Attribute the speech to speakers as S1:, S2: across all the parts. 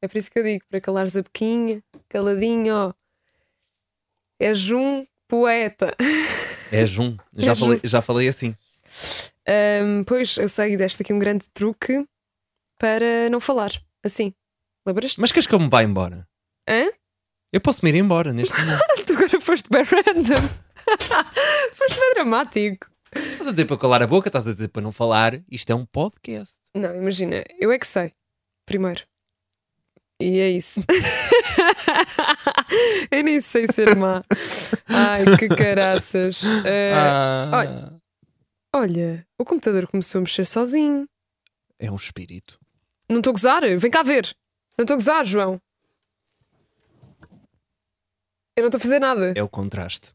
S1: É por isso que eu digo, para calares a boquinha, caladinho, ó. És um poeta.
S2: É Jun. Já,
S1: É
S2: falei, já falei assim.
S1: Ahm, pois, eu sei, deste aqui um grande truque para não falar. Assim. Lembras-te?
S2: Mas queres que eu me vá embora?
S1: Hã?
S2: Eu posso me ir embora neste momento.
S1: Tu agora foste bem random. foste bem dramático.
S2: Estás a dizer para eu calar a boca, estás a dizer para não falar. Isto é um podcast.
S1: Não, imagina, eu é que sei. Primeiro. E é isso. eu nem sei ser má. Ai, que caraças. Ah,
S2: Ah,
S1: Olha, o computador começou a mexer sozinho.
S2: é um espírito.
S1: Não estou a gozar? Vem cá ver. Não estou a gozar, João. Eu não estou a fazer nada.
S2: É o contraste.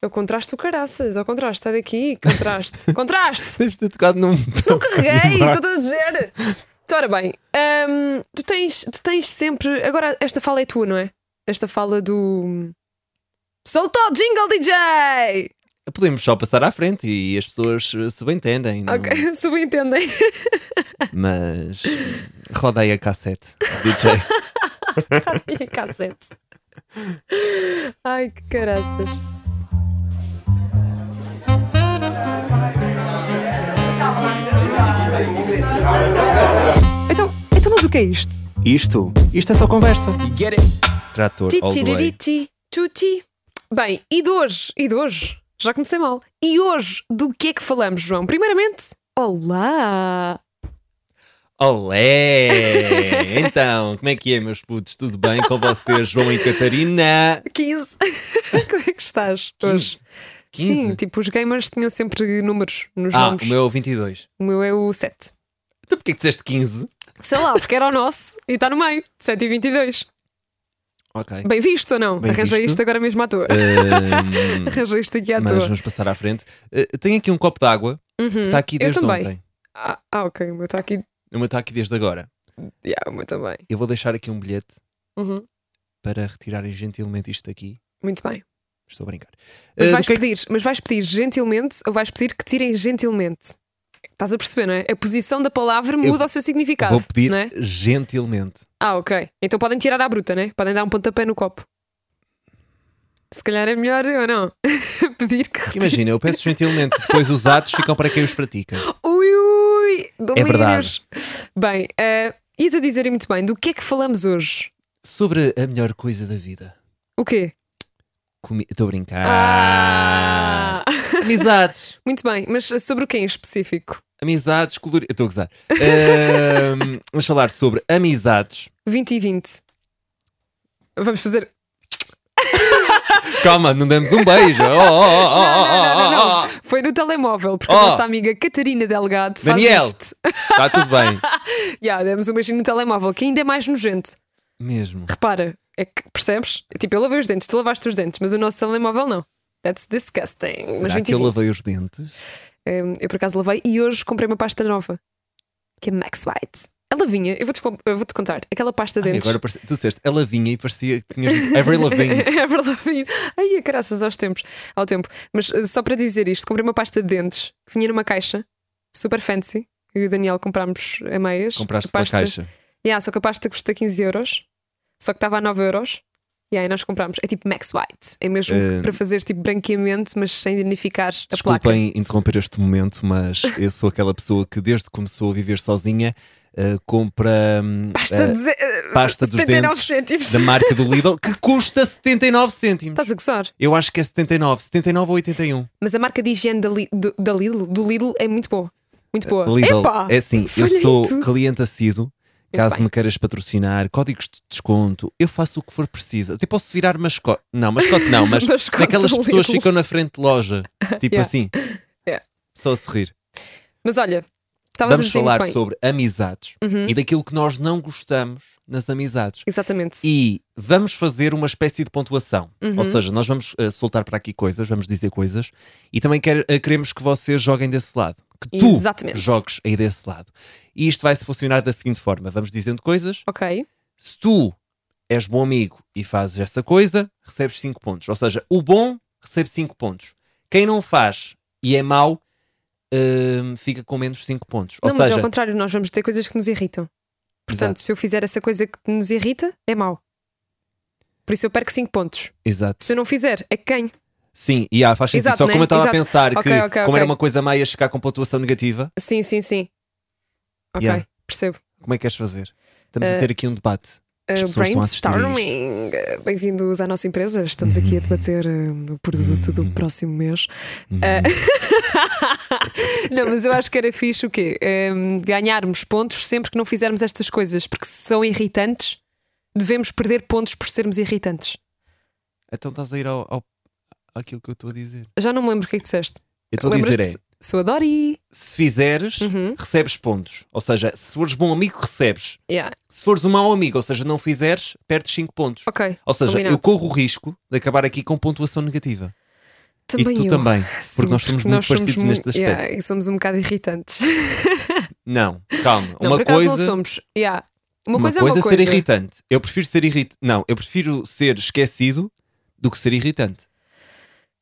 S1: É o contraste do caraças. É o contraste. Sai daqui. Contraste. contraste!
S2: Deves ter tocado num.
S1: Não carreguei, estou a dizer. Então, Ora bem, hum, tu, tens, tu tens sempre. Agora, esta fala é tua, não é? Esta fala do. Soltou o jingle DJ!
S2: Podemos só passar à frente e as pessoas eh, subentendem. não-
S1: Ok, subentendem.
S2: Mas rodei a cassete. DJ.
S1: e a cassete. Ai, que caraças. Então, então, mas o que é isto?
S3: Isto, isto é só conversa.
S2: Trator all the way.
S1: Titiriti, tuti. Bem, e de hoje? E de hoje? Já comecei mal. E hoje, do que é que falamos, João? Primeiramente, olá!
S2: Olé! Então, como é que é, meus putos? Tudo bem com vocês, João e Catarina?
S1: 15. Como é que estás hoje?
S2: 15?
S1: Sim, tipo, os gamers tinham sempre números nos
S2: Ah,
S1: nomes.
S2: o meu é o 22.
S1: O meu é o 7.
S2: Então porquê que disseste 15?
S1: Sei lá, porque era o nosso e está no meio. 7 e 22.
S2: Ok.
S1: Bem visto ou não?
S2: É Bem
S1: Arranjei
S2: visto.
S1: isto agora mesmo à toa.
S2: Ahm,
S1: Arranjei isto aqui à
S2: mas
S1: toa.
S2: vamos passar à frente. Eh, tenho aqui um copo de água que está aqui
S1: Hum, eu
S2: desde
S1: também.
S2: ontem.
S1: Ah, ah, ok, o meu está aqui.
S2: O meu está aqui desde agora.
S1: Yeah, o meu também.
S2: Eu vou deixar aqui um bilhete
S1: Uhum.
S2: para retirarem gentilmente isto daqui.
S1: Muito bem.
S2: Estou a brincar.
S1: Mas
S2: Eh,
S1: vais,
S2: do que é que-
S1: pedir, mas vais pedir gentilmente ou vais pedir que tirem gentilmente? Estás a perceber, não é? A posição da palavra muda o seu significado.
S2: Vou pedir
S1: não é?
S2: gentilmente.
S1: Ah, ok. Então podem tirar à bruta, né? Podem dar um pontapé no copo. Se calhar é melhor ou não? pedir que retirem.
S2: Imagina, eu peço gentilmente, depois os atos ficam para quem os pratica.
S1: Ui, ui! Domínios.
S2: É verdade.
S1: Bem, eh, ias a dizer muito bem. Do que é que falamos hoje?
S2: Sobre a melhor coisa da vida.
S1: O quê?
S2: Comi... Estou a brincar.
S1: Ah!
S2: Ah. Amizades.
S1: Muito bem, mas sobre o que em específico?
S2: Amizades coloridas. Estou a gozar. Ahm, vamos falar sobre amizades.
S1: 20 e 20. Vamos fazer.
S2: Calma, não demos um beijo. Oh, oh, oh,
S1: não, não, não,
S2: oh, oh, oh,
S1: não, não. Foi no telemóvel, porque
S2: Oh.
S1: a nossa amiga Catarina Delgado faz
S2: Daniel.
S1: isto.
S2: Está Tá tudo bem.
S1: Já, demos um beijinho no telemóvel, que ainda é mais nojento.
S2: Mesmo.
S1: Repara, é que percebes? Tipo, eu lavei os dentes, tu lavaste os dentes, mas o nosso telemóvel não. That's disgusting. mas
S2: Será
S1: 20
S2: que
S1: e
S2: eu
S1: 20.
S2: lavei os dentes?
S1: Hum, eu por acaso lavei e hoje comprei uma pasta nova, que é Max White. Ela vinha, eu vou-te com- eu vou-te contar, aquela pasta de
S2: Ai,
S1: dentes.
S2: agora parece... Tu disseste, ela vinha e parecia que tinhas dito Avril Lavigne.
S1: Ever Lavigne. É Ai, a graças aos tempos, ao tempo. Mas eh, só para dizer isto, comprei uma pasta de dentes que vinha numa caixa, super fancy. Eu e o Daniel comprámos a meias.
S2: Compraste
S1: a
S2: pela
S1: pasta.
S2: caixa.
S1: Yeah, só que a pasta custa 15 euros, só que estava a 9 euros. E aí nós comprámos. É tipo Max White. É mesmo
S2: Eh,
S1: para fazer tipo branqueamento, mas sem danificar a placa.
S2: Desculpem interromper este momento, mas eu sou aquela pessoa que desde que começou a viver sozinha eh, compra hum,
S1: Pasta,
S2: eh,
S1: de, ze- eh,
S2: pasta dos
S1: 79
S2: dentes
S1: cêntimos.
S2: da marca do Lidl que custa 79 cêntimos.
S1: Estás a gozar?
S2: Eu acho que é 79, 79 ou 81.
S1: Mas a marca de higiene da, Li- do, da Lidl, do Lidl é muito boa. Muito boa.
S2: Lidl,
S1: Epá!
S2: é assim, eu
S1: falhei
S2: sou
S1: tudo.
S2: cliente assíduo.
S1: Muito
S2: Caso
S1: bem.
S2: me queiras patrocinar, códigos de desconto, eu faço o que for preciso. Até posso virar mascote. Não, mascote não, mas
S1: Mascote
S2: daquelas
S1: do
S2: pessoas que
S1: Lidl.
S2: ficam na frente de loja, tipo
S1: Yeah.
S2: assim,
S1: Yeah.
S2: só a sorrir.
S1: Mas olha, estavas a
S2: Vamos
S1: dizer muito
S2: falar
S1: bem. Uhum.
S2: sobre amizades e daquilo que nós não gostamos nas amizades.
S1: Exatamente.
S2: E vamos fazer uma espécie de pontuação.
S1: Uhum.
S2: Ou seja, nós vamos eh, soltar para aqui coisas, vamos dizer coisas e também quer- eh, queremos que vocês joguem desse lado. Que tu
S1: Exatamente.
S2: jogues aí desse lado. E isto vai se funcionar da seguinte forma: vamos dizendo coisas.
S1: Ok.
S2: Se tu és bom amigo e fazes essa coisa, recebes 5 pontos. Ou seja, o bom recebe 5 pontos. Quem não faz e é mau. eh, fica com menos 5 pontos. Ou
S1: não, mas
S2: seja,
S1: ao contrário, nós vamos ter coisas que nos irritam. Portanto,
S2: Exato.
S1: se eu fizer essa coisa que nos irrita, é mau. Por isso eu perco 5 pontos.
S2: Exato.
S1: Se eu não fizer, é que ganho.
S2: Sim, e há, faz sentido.
S1: Exato,
S2: Só
S1: né?
S2: como eu estava a
S1: Exato.
S2: pensar
S1: Ok,
S2: que,
S1: ok,
S2: como
S1: ok.
S2: era uma coisa má, ias ficar com pontuação negativa,
S1: Sim, sim, sim. Ok,
S2: Yeah.
S1: percebo.
S2: como é que queres fazer? Estamos
S1: Eh,
S2: a ter aqui um debate. As
S1: Uh,
S2: pessoas estão a assistir a isto. Uhum.
S1: brainstorming. Uh, Bem-vindos à nossa empresa. Estamos aqui a debater uh, o produto do próximo mês. Uh, não, mas eu acho que era fixe o quê? Um, ganharmos pontos sempre que não fizermos estas coisas, porque se são irritantes, devemos perder pontos por sermos irritantes.
S2: Então estás a ir ao, ao, àquilo que eu estou a dizer.
S1: Já não me lembro o que é que disseste.
S2: Eu estou a dizer
S1: Lembras-te?
S2: é:
S1: Sou a Dori.
S2: se fizeres,
S1: Uhum.
S2: recebes pontos. Ou seja, se fores bom amigo, recebes.
S1: Yeah.
S2: Se fores um mau amigo, ou seja, não fizeres, perdes 5 pontos.
S1: Ok.
S2: Ou seja,
S1: combinado.
S2: eu corro o risco de acabar aqui com pontuação negativa.
S1: Também
S2: e tu
S1: eu. Ah,
S2: também. Porque
S1: Sim,
S2: nós somos
S1: porque
S2: muito
S1: nós somos
S2: parecidos
S1: mu-
S2: neste aspecto.
S1: Yeah, e somos um bocado irritantes.
S2: Não, calma.
S1: Não,
S2: uma
S1: por acaso
S2: coisa.
S1: não somos. Yeah. Uma,
S2: uma
S1: coisa, é uma
S2: é
S1: coisa.
S2: ser irritante. Eu prefiro ser irritante. Não, eu prefiro ser esquecido do que ser irritante.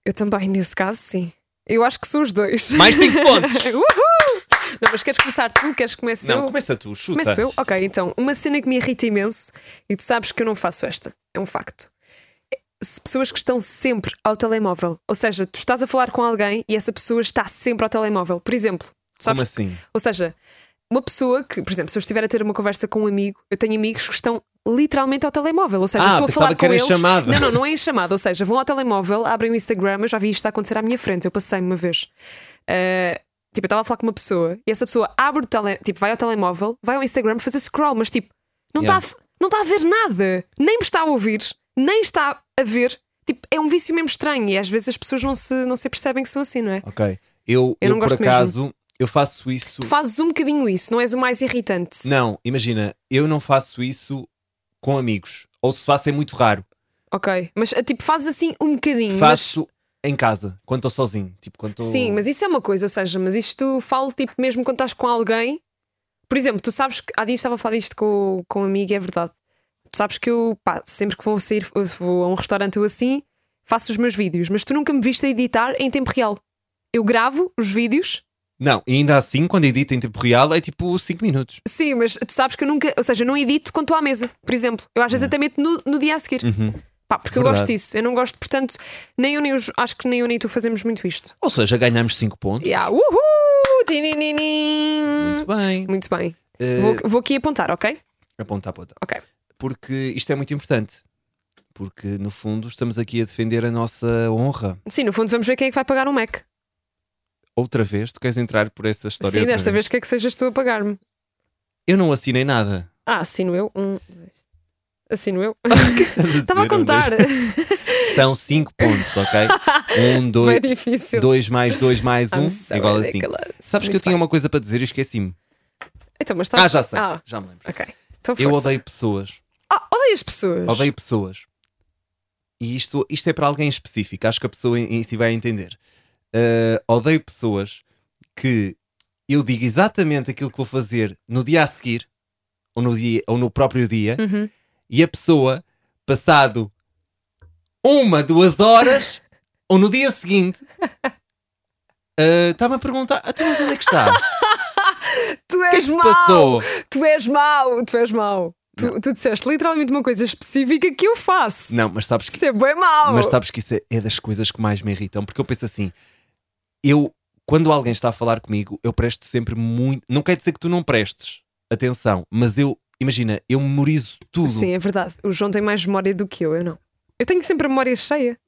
S1: Eu também, nesse caso, sim. Eu acho que são os dois.
S2: Mais 5 pontos!
S1: Uhul! Não, mas queres começar tu? Queres que comece
S2: Não,
S1: eu?
S2: começa tu, tá. chuta.
S1: Começo eu? Ok, então, uma cena que me irrita imenso e tu sabes que eu não faço esta, é um facto. É- se Pessoas que estão sempre ao telemóvel. Ou seja, tu estás a falar com alguém e essa pessoa está sempre ao telemóvel. Por exemplo, tu sabes
S2: Como assim?
S1: Ou seja, uma pessoa que, por exemplo, se eu estiver a ter uma conversa com um amigo, eu tenho amigos que estão literalmente ao telemóvel. Ou seja,
S2: Ah,
S1: estou a
S2: pensava
S1: falar
S2: que
S1: com
S2: era em
S1: eles.
S2: chamada.
S1: Não, não, não é em chamada. Ou seja, vão ao telemóvel, abrem o Instagram. Eu já vi isto a acontecer à minha frente. Eu passei uma vez. Ah, tipo, eu estava a falar com uma pessoa e essa pessoa abre o tele... tipo, vai ao telemóvel, vai ao Instagram fazer scroll, mas tipo, não está
S2: Yeah.
S1: a f- não está a ver nada. Nem me está a ouvir, nem está a ver. Tipo, é um vício mesmo estranho e às vezes as pessoas não se, não se percebem que são assim, não é?
S2: Ok. Eu,
S1: Eu
S2: eu,
S1: não
S2: por
S1: gosto mesmo.
S2: acaso, eu faço isso.
S1: Tu fazes um bocadinho isso, não és o mais irritante.
S2: Não, imagina, eu não faço isso com amigos. Ou se faço é muito raro.
S1: Ok, mas eh, tipo, fazes assim um bocadinho.
S2: faço em casa, quando estou sozinho. Tipo, quando
S1: mas-
S2: estou.
S1: Sim, mas isso é uma coisa, ou seja, mas isto falo tipo mesmo quando estás com alguém. Por exemplo, tu sabes que. Há dias estava a falar disto com, com um amigo e é verdade. Tu sabes que eu, pá, sempre que vou sair, eu vou a um restaurante ou assim, faço os meus vídeos, mas tu nunca me viste a editar em tempo real. Eu gravo os vídeos,
S2: Não, e ainda assim, quando edito em tempo real, é tipo 5 minutos.
S1: sim, mas tu sabes que eu nunca. Ou seja, eu não edito quando estou à mesa, por exemplo. Eu às vezes até meto no, no dia a seguir. Pá, porque eu
S2: Uhum. Verdade.
S1: gosto disso. Eu não gosto, portanto, nem eu nem os. Acho que nem eu nem tu fazemos muito isto.
S2: Ou seja, ganhamos 5 pontos.
S1: Yeah, uhul! Tinininim!
S2: Muito bem.
S1: Muito bem.
S2: Eh,
S1: Vou, vou aqui apontar, ok?
S2: Aponta, aponta.
S1: Ok.
S2: Porque isto é muito importante. Porque, no fundo, estamos aqui a defender a nossa honra.
S1: Sim, no fundo vamos ver quem é que vai pagar um Mac.
S2: Outra vez, tu queres entrar por essa história?
S1: Sim,
S2: outra
S1: desta vez quer que sejas tu a pagar-me.
S2: Eu não assinei nada.
S1: Ah, assino eu. Um, dois. Assino eu.
S2: Estava
S1: Estava
S2: um,
S1: a contar.
S2: São 5 pontos, ok? 1,
S1: Foi
S2: 2,
S1: difícil.
S2: 2 mais 2 mais 1
S1: I'm
S2: um,
S1: so
S2: é igual a 5.
S1: ridiculous.
S2: Sabes que eu
S1: Muito
S2: tinha
S1: bem.
S2: uma coisa para dizer e esqueci-me.
S1: Então, mas estás...
S2: Ah, já sei.
S1: Ah,
S2: Já me lembro.
S1: ok. Então,
S2: Eu
S1: força.
S2: odeio pessoas.
S1: Ah, odeio as pessoas.
S2: Odeio pessoas. E isto, isto é para alguém específico. Acho que a pessoa em, em si vai entender. Ah, odeio pessoas que eu digo exatamente aquilo que vou fazer no dia a seguir ou no, dia, ou no próprio dia
S1: Uhum.
S2: e a pessoa, passado uma, duas horas ou no dia seguinte, ah, está-me a perguntar: "Ah, então, mas onde é que estás? O
S1: Tu
S2: que é que
S1: és
S2: se
S1: mau.
S2: passou?
S1: Tu és mau. Tu és mau. Tu, tu disseste literalmente uma coisa específica que eu faço.
S2: Não, mas sabes que
S1: Isso é bem mau.
S2: Mas sabes que isso é, é das coisas que mais me irritam, porque eu penso assim, eu quando alguém está a falar comigo, eu presto sempre muito. Não quer dizer que tu não prestes atenção, mas eu imagina, eu memorizo tudo.
S1: Sim, é verdade. O João tem mais memória do que eu, eu não. Eu tenho sempre a memória cheia.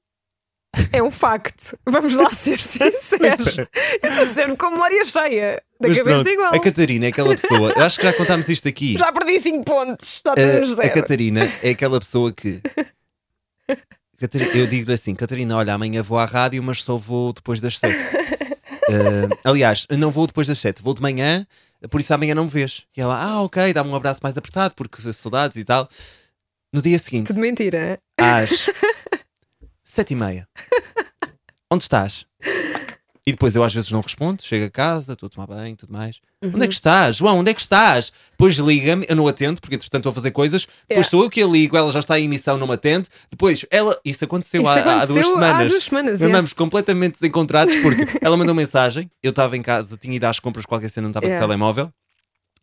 S1: É um facto. Vamos lá ser sinceros. Eu estou sempre com a memória cheia. Da
S2: Mas
S1: cabeça
S2: pronto,
S1: igual.
S2: A Catarina é aquela pessoa, eu acho que já contámos isto aqui.
S1: Já perdi 5 pontos. Está tudo
S2: Eh,
S1: a
S2: a
S1: zero.
S2: Catarina é aquela pessoa que. Catari- eu digo-lhe assim: Catarina, olha, amanhã vou à rádio, mas só vou depois das sete. Eh, aliás, não vou depois das sete, vou de manhã, por isso amanhã não me vês. E ela, ah, ok, dá-me um abraço mais apertado, porque saudades e tal. No dia seguinte,
S1: Tudo mentira. é?
S2: às sete e meia, onde estás? E depois eu às vezes não respondo, chego a casa, estou a tomar banho, tudo mais. Onde é que estás? João, onde é que estás? Depois liga-me, eu não atendo, porque entretanto estou a fazer coisas. Depois
S1: Yeah.
S2: sou eu que a ligo, ela já está em emissão, não me atende. Depois, ela. Isso aconteceu,
S1: Isso
S2: há, há
S1: aconteceu
S2: duas semanas.
S1: há duas semanas. é.
S2: Andamos completamente desencontrados porque ela mandou mensagem. Eu estava em casa, tinha ido às compras, qualquer cena, não estava
S1: Yeah.
S2: com o telemóvel.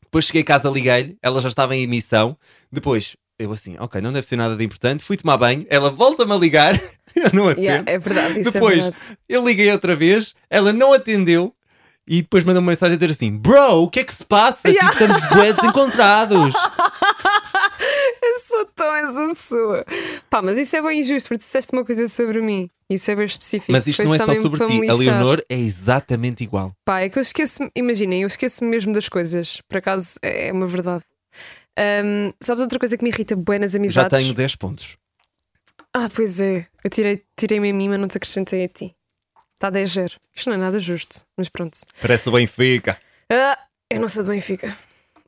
S2: Depois cheguei a casa, liguei-lhe, ela já estava em emissão. Depois, eu assim, ok, não deve ser nada de importante. Fui tomar banho, ela volta-me a ligar, eu não atendo.
S1: Yeah, é verdade, isso
S2: Depois,
S1: é verdade.
S2: Eu liguei outra vez, ela não atendeu e depois mandou uma mensagem a dizer assim: Bro, o que é que se passa?
S1: Yeah.
S2: Tipo, estamos bués encontrados.
S1: Eu sou tão essa pessoa. Pá, mas isso é bem injusto, porque tu disseste uma coisa sobre mim. Isso é bem específico.
S2: Mas isto
S1: Foi
S2: não é só
S1: mesmo
S2: sobre
S1: para me
S2: ti. A
S1: lixar.
S2: Leonor é exatamente igual.
S1: Pá, é que eu esqueço, imaginem, eu esqueço-me mesmo das coisas. Por acaso é uma verdade. Ahm, sabes outra coisa que me irrita? Buenas
S2: Já
S1: amizades.
S2: tenho 10 pontos.
S1: Ah, pois é. Eu tirei- tirei-me a mim, mas não te acrescentei a ti. Está 10 0. Isto não é nada justo, mas pronto.
S2: Parece o Benfica.
S1: Ah, eu não sou do Benfica.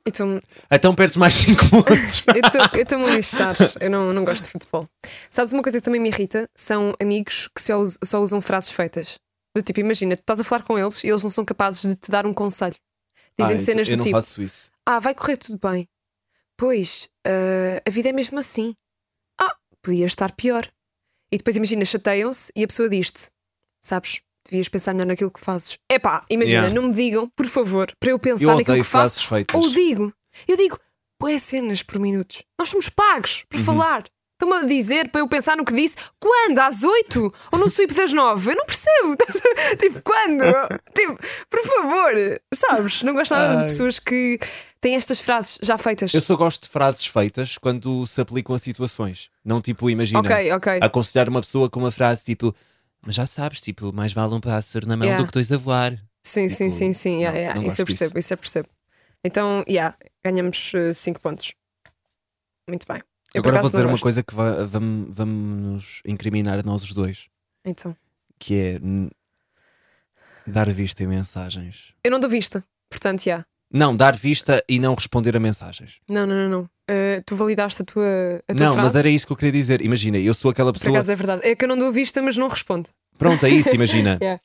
S1: Eu estou-me
S2: Então perdes mais 5 pontos.
S1: eu tô- eu estou-me a lixar. Eu não, não gosto de futebol. Sabes uma coisa que também me irrita? São amigos que só, us- só usam frases feitas. Do tipo, imagina, tu estás a falar com eles e eles não são capazes de te dar um conselho. Dizem
S2: Ah,
S1: cenas
S2: eu
S1: do
S2: não
S1: tipo:
S2: faço isso.
S1: Ah, vai correr tudo bem. Pois, ah, a vida é mesmo assim. Ah, podia estar pior. E depois imagina, chateiam-se e a pessoa diz-te: Sabes, devias pensar melhor naquilo que fazes. Epá, imagina,
S2: Yeah.
S1: não me digam, por favor, para eu pensar
S2: Eu
S1: naquilo
S2: odeio
S1: que faço.
S2: frases feitas.
S1: Ou digo, eu digo, boé cenas por minutos. Nós somos pagos
S2: Uhum.
S1: por falar. Estão-me a dizer para eu pensar no que disse quando? Às oito Ou no sweep das nove Eu não percebo. tipo, quando? tipo, por favor, sabes? Não gosto nada de
S2: Ai.
S1: pessoas que têm estas frases já feitas.
S2: Eu só gosto de frases feitas quando se aplicam a situações. Não tipo, imagina,
S1: Ok, ok.
S2: aconselhar uma pessoa com uma frase tipo. Mas já sabes, tipo, mais vale um pássaro na mão
S1: Yeah.
S2: do que dois a voar.
S1: Sim, sim,
S2: Tipo,
S1: sim, sim. Yeah,
S2: não,
S1: yeah.
S2: não
S1: Isso eu
S2: gosto
S1: percebo, isso eu percebo. Então, yeah, ganhamos 5 pontos. Muito bem. Eu, por
S2: Agora vou
S1: acaso, não
S2: dizer uma
S1: gosto.
S2: coisa que va- vamos, vamos nos incriminar nós os dois,
S1: Então,
S2: que é hum, dar vista em mensagens.
S1: eu não dou vista, portanto, já.
S2: Não, dar vista e não responder a mensagens.
S1: Não, não, não, não. Eh, tu validaste a tua, a tua
S2: não,
S1: frase.
S2: mas era isso que eu queria dizer. Imagina, eu sou aquela
S1: Por
S2: pessoa.
S1: acaso é verdade. É que eu não dou vista, mas não respondo.
S2: Pronto, é isso, imagina.
S1: Yeah.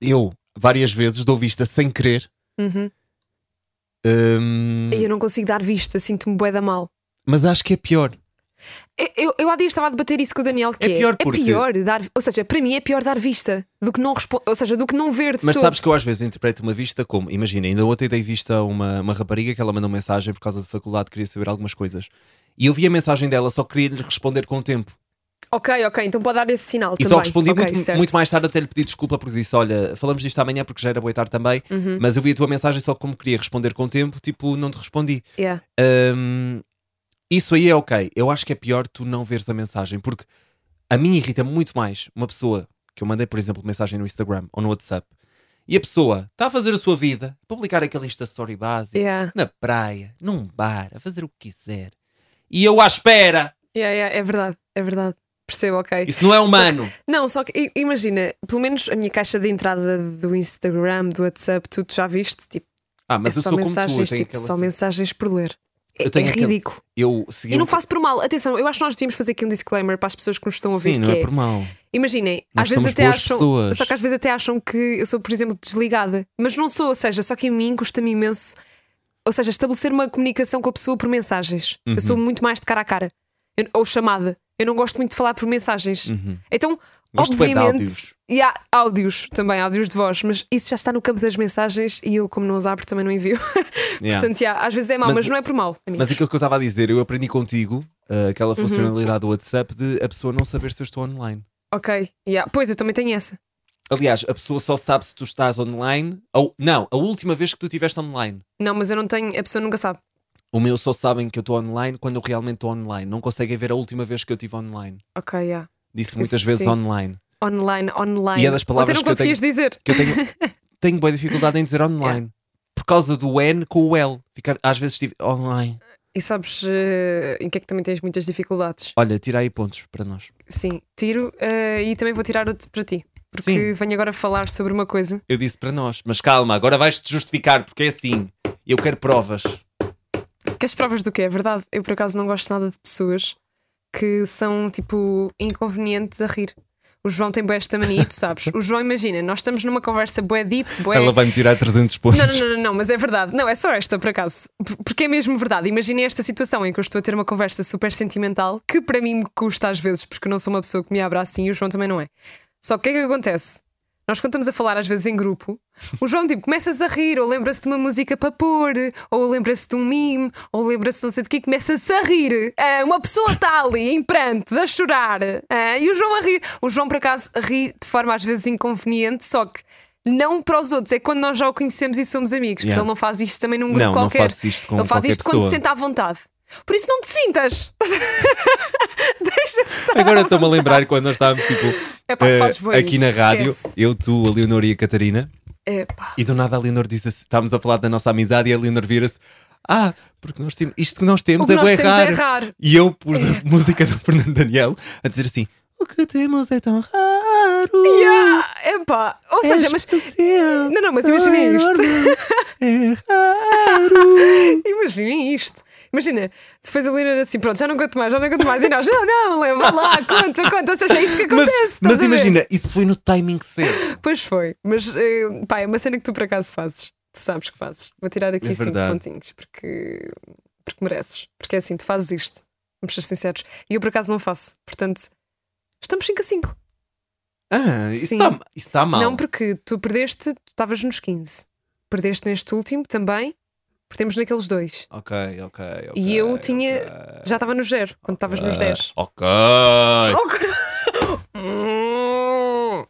S2: Eu várias vezes dou vista sem querer.
S1: Uhum.
S2: hum,
S1: E eu não consigo dar vista, sinto-me bué da mal.
S2: mas acho que é pior.
S1: Eu, eu, eu há dias estava a debater isso com o Daniel, que
S2: É pior porque-
S1: pior dar, ou seja, para mim é pior dar vista do que não responder, ou seja, do que não ver de
S2: Mas
S1: todo.
S2: sabes que eu às vezes interpreto uma vista como, imagina, ainda ontem dei vista a uma, uma rapariga que ela mandou mensagem por causa de faculdade, queria saber algumas coisas. E eu vi a mensagem dela, só queria lhe responder com o tempo.
S1: Ok, ok, então pode dar esse sinal
S2: E
S1: também.
S2: só respondi
S1: Ok,
S2: muito,
S1: certo.
S2: muito mais tarde até lhe pedir desculpa porque disse: Olha, falamos disto amanhã porque já era boa tarde também,
S1: Uhum.
S2: mas eu vi a tua mensagem só como queria responder com tempo, tipo, não te respondi.
S1: Yeah.
S2: Hum, isso aí é ok. Eu acho que é pior tu não veres a mensagem, porque a mim irrita muito mais uma pessoa que eu mandei, por exemplo, mensagem no Instagram ou no WhatsApp e a pessoa está a fazer a sua vida, publicar aquele Insta Story básico,
S1: Yeah.
S2: na praia, num bar, a fazer o que quiser. E eu à espera!
S1: Yeah, yeah, é verdade, é verdade. Percebo, ok.
S2: Isso não é humano!
S1: Não, só que i- imagina, pelo menos a minha caixa de entrada do Instagram, do WhatsApp, tu já viste? Tipo,
S2: Ah, mas
S1: é
S2: eu
S1: só
S2: sou como tu, eu
S1: mensagens,
S2: tenho
S1: tipo,
S2: aquela
S1: só
S2: cena.
S1: mensagens por ler. É,
S2: Eu tenho
S1: é
S2: aquele-
S1: ridículo.
S2: Eu segui
S1: E
S2: um
S1: não faço por mal. Atenção, eu acho que nós devíamos fazer aqui um disclaimer para as pessoas que nos estão a ouvir.
S2: Sim,
S1: que
S2: não é
S1: é-
S2: por mal.
S1: Imaginem,
S2: Nós
S1: às vezes
S2: somos
S1: até
S2: boas
S1: acham.
S2: pessoas.
S1: Só que às vezes até acham que eu sou, por exemplo, desligada. Mas não sou, ou seja, só que a mim custa-me imenso. Ou seja, estabelecer uma comunicação com a pessoa por mensagens.
S2: Uhum.
S1: Eu sou muito mais de cara a cara. Eu- ou chamada. Eu não gosto muito de falar por mensagens.
S2: Uhum.
S1: Então,
S2: Gosto bué de
S1: obviamente.
S2: áudios.
S1: E há áudios também, áudios de voz. Mas isso já está no campo das mensagens e eu, como não os abro, também não envio.
S2: Yeah.
S1: Portanto, já, às vezes é mau, mas,
S2: Mas-
S1: não é por mal. amigos.
S2: Mas aquilo que eu estava a dizer, eu aprendi contigo ah, aquela
S1: Uhum.
S2: funcionalidade do WhatsApp de a pessoa não saber se eu estou online.
S1: Ok, yeah. pois eu também tenho essa.
S2: Aliás, a pessoa só sabe se tu estás online ou não, a última vez que tu estiveste online.
S1: Não, mas eu não tenho, a pessoa nunca sabe.
S2: O meu só sabem que eu estou online quando eu realmente estou online. Não conseguem ver a última vez que eu estive online.
S1: Ok, yeah.
S2: Disse muitas
S1: Sim.
S2: vezes online.
S1: Online, online.
S2: E é das palavras
S1: Ontem não
S2: que eu tenho-
S1: conseguias dizer.
S2: Que eu tenho, tenho boa dificuldade em dizer online. Por causa do N com o L. Fica, às vezes estive online.
S1: E sabes eh, em que é que também tens muitas dificuldades?
S2: Olha, tira aí pontos para nós.
S1: Sim, tiro eh, e também vou tirar outro para ti. Porque venho agora falar sobre uma coisa.
S2: Eu disse para nós, mas calma, agora vais-te justificar, porque é assim. Eu quero provas.
S1: Queres provas do que é verdade? Eu por acaso não gosto nada de pessoas que são tipo inconvenientes a rir. O João tem bué esta mania, e tu sabes. O João, imagina, nós estamos numa conversa bué deep, bué
S2: Ela vai-me tirar 300 pontos.
S1: Não, não, não, não, não, mas é verdade. Não, é só esta, por acaso. P- Porque é mesmo verdade. Imaginem esta situação em que eu estou a ter uma conversa super sentimental, que para mim me custa às vezes, porque eu não sou uma pessoa que me abra assim e o João também não é. Só que o que é que acontece? Nós, quando estamos a falar às vezes em grupo, O João, tipo, começas a rir, ou lembra-se de uma música para pôr, ou lembra-se de um meme, ou lembra-se de não sei de quê, começa-se a rir. Ah, uma pessoa está ali, em prantos, a chorar. Ah, e o João a rir. O João, por acaso, ri de forma às vezes inconveniente, só que não para os outros. É quando nós já o conhecemos e somos amigos, porque
S2: Yeah.
S1: ele não faz isto também num grupo
S2: Não, não
S1: qualquer.
S2: faço isto com
S1: ele faz
S2: qualquer
S1: isto quando
S2: pessoa.
S1: se sente à vontade. Por isso não te sintas. Deixa-te estar.
S2: Agora
S1: à
S2: estou-me a
S1: vontade.
S2: lembrar quando nós estávamos tipo
S1: É pá, tu
S2: eh,
S1: fazes bem
S2: aqui
S1: isto,
S2: na rádio,
S1: esquece.
S2: eu, tu, a Leonor e a Catarina,
S1: É pá.
S2: e do nada a Leonor disse assim, estávamos a falar da nossa amizade e a Leonor vira-se, ah, porque nós temos, isto que nós
S1: O
S2: temos
S1: que
S2: é
S1: nós
S2: bué
S1: temos é
S2: raro.
S1: raro.
S2: E eu pus a música do Fernando Daniel a dizer assim, o que temos é tão raro.
S1: Yeah, é pá. Ou
S2: é
S1: seja, mas
S2: especial,
S1: Não, não, mas imagina
S2: é
S1: isto.
S2: enorme, É raro.
S1: Imaginem isto. Imagina, se fez a Lina era assim, pronto, já não conto mais, já não conto mais. E nós, não, não, leva lá, conta, conta. Ou seja, é isto que acontece.
S2: mas
S1: estás a
S2: mas
S1: ver?
S2: imagina, isso foi no timing certo.
S1: Pois foi. Mas, eh, pá, é uma cena que tu por acaso fazes. Tu sabes que fazes. Vou tirar aqui
S2: É
S1: cinco
S2: verdade.
S1: pontinhos, porque, porque mereces. Porque é assim, tu fazes isto. Vamos ser sinceros. E eu por acaso não faço. Portanto, estamos 5 a 5.
S2: Ah, isso
S1: Sim.
S2: está isso está mal.
S1: Não, porque tu perdeste, tu estavas nos 15. Perdeste neste último também. Perdemos naqueles dois.
S2: Ok, ok, ok.
S1: E eu tinha-
S2: ok.
S1: Já estava no zero, quando estavas nos
S2: Ah,
S1: 10.
S2: Ok.
S1: Oh, car- Hum.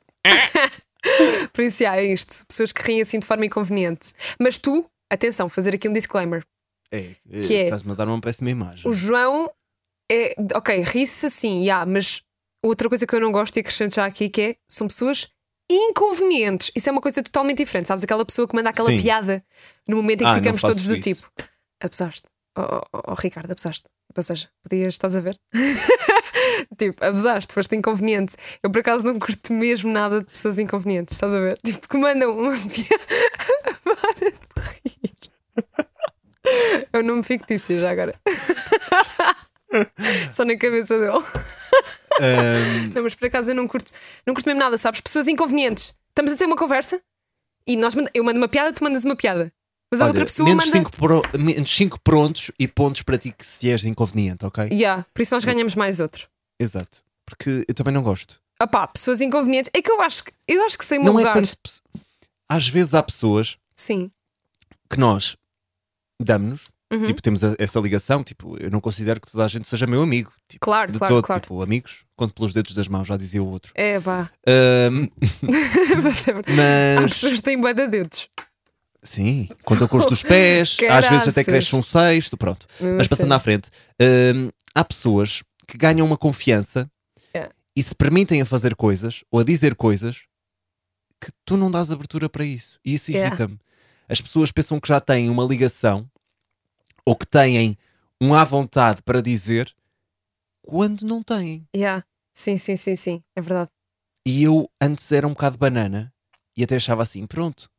S1: Por isso, já, é isto. Pessoas que riem assim de forma inconveniente. Mas tu, atenção, fazer aqui um disclaimer.
S2: Ei,
S1: Que é?
S2: ei, Estás-me a dar uma péssima imagem.
S1: O João é. Ok, ri-se assim, já, mas outra coisa que eu não gosto e acrescento já aqui que é: são pessoas inconvenientes. Isso é uma coisa totalmente diferente. Sabes aquela pessoa que manda aquela
S2: Sim.
S1: piada no momento em que
S2: Ah, não
S1: ficamos
S2: faço
S1: todos do
S2: isso.
S1: tipo. Abusaste. Oh, oh, oh, Ricardo, abusaste. Ou seja, podias, estás a ver? tipo, abusaste, foste inconveniente. Eu por acaso não curto mesmo nada de pessoas inconvenientes, estás a ver? Tipo, que mandam uma piada. Para de rir. É o nome fictício já agora. Só na cabeça dele.
S2: Ahm,
S1: Não, mas por acaso eu não curto, não curto mesmo nada, sabes? Pessoas inconvenientes. Estamos a ter uma conversa e nós manda- eu mando uma piada, tu mandas uma piada. Mas a
S2: olha,
S1: outra pessoa
S2: menos
S1: manda.
S2: cinco pro- menos 5 prontos e pontos para ti que se és inconveniente, ok?
S1: Yeah, por isso nós ganhamos mais outro.
S2: Exato. Porque eu também não gosto.
S1: Opá, pessoas inconvenientes. É que eu acho que eu acho que sei o meu
S2: não
S1: lugar.
S2: é tanto. pesso- Às vezes há pessoas
S1: Sim.
S2: que nós damos-nos,
S1: Uhum.
S2: tipo, temos a- essa ligação, tipo, eu não considero que toda a gente seja meu amigo. Tipo,
S1: Claro,
S2: de
S1: claro,
S2: todo,
S1: claro.
S2: tipo, amigos, conto pelos dedos das mãos, já dizia o outro.
S1: É pá.
S2: Ahm,
S1: Você- Há
S2: mas.
S1: pessoas que têm bué de dedos.
S2: Sim, conta com os dos pés, às vezes
S1: Caraças.
S2: até cresce um sexto, pronto.
S1: Mesmo
S2: Mas
S1: a sério.
S2: passando à frente, hum, há pessoas que ganham uma confiança
S1: É.
S2: e se permitem a fazer coisas ou a dizer coisas que tu não dás abertura para isso. E isso
S1: É.
S2: irrita-me. As pessoas pensam que já têm uma ligação ou que têm um à vontade para dizer quando não têm.
S1: Yeah. Sim, sim, sim, sim. É verdade.
S2: E eu antes era um bocado banana e até achava assim: pronto,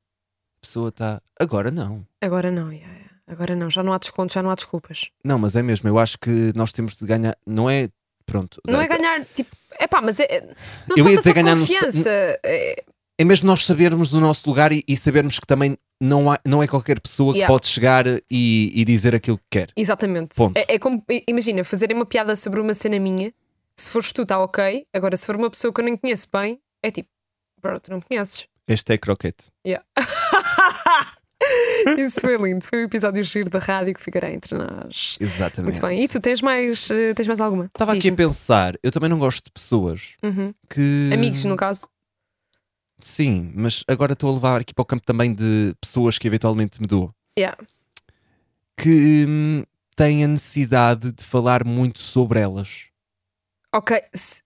S2: a pessoa está. Agora não.
S1: Agora não, yeah, yeah. agora não. Já não há desconto, já não há desculpas.
S2: Não, mas é mesmo. Eu acho que nós temos de ganhar. Não é. Pronto.
S1: Não é ganhar, tipo. É pá, mas é. é- Não se
S2: Eu
S1: trata
S2: ia dizer
S1: só de
S2: ganhar no-
S1: confiança. É-
S2: é mesmo nós sabermos o nosso lugar e, e sabermos que também não, há- não é qualquer pessoa
S1: Yeah.
S2: que pode chegar e, e dizer aquilo que quer.
S1: Exatamente.
S2: Ponto.
S1: É, é como, i- imagina, fazerem uma piada sobre uma cena minha, se fores tu, está ok. Agora, se for uma pessoa que eu nem conheço bem, é tipo, bro, tu não me conheces.
S2: Este é croquete.
S1: Isso foi lindo. Foi o episódio giro da rádio que ficará entre nós.
S2: Exatamente.
S1: Muito bem. E tu tens mais, eh, tens mais alguma?
S2: Estava aqui a
S1: Diz-me.
S2: pensar, eu também não gosto de pessoas
S1: Uhum.
S2: que.
S1: Amigos, no caso.
S2: Sim, mas agora estou a levar aqui para o campo também de pessoas que eventualmente me dou.
S1: Yeah.
S2: Que hum, têm a necessidade de falar muito sobre elas.
S1: Ok. se-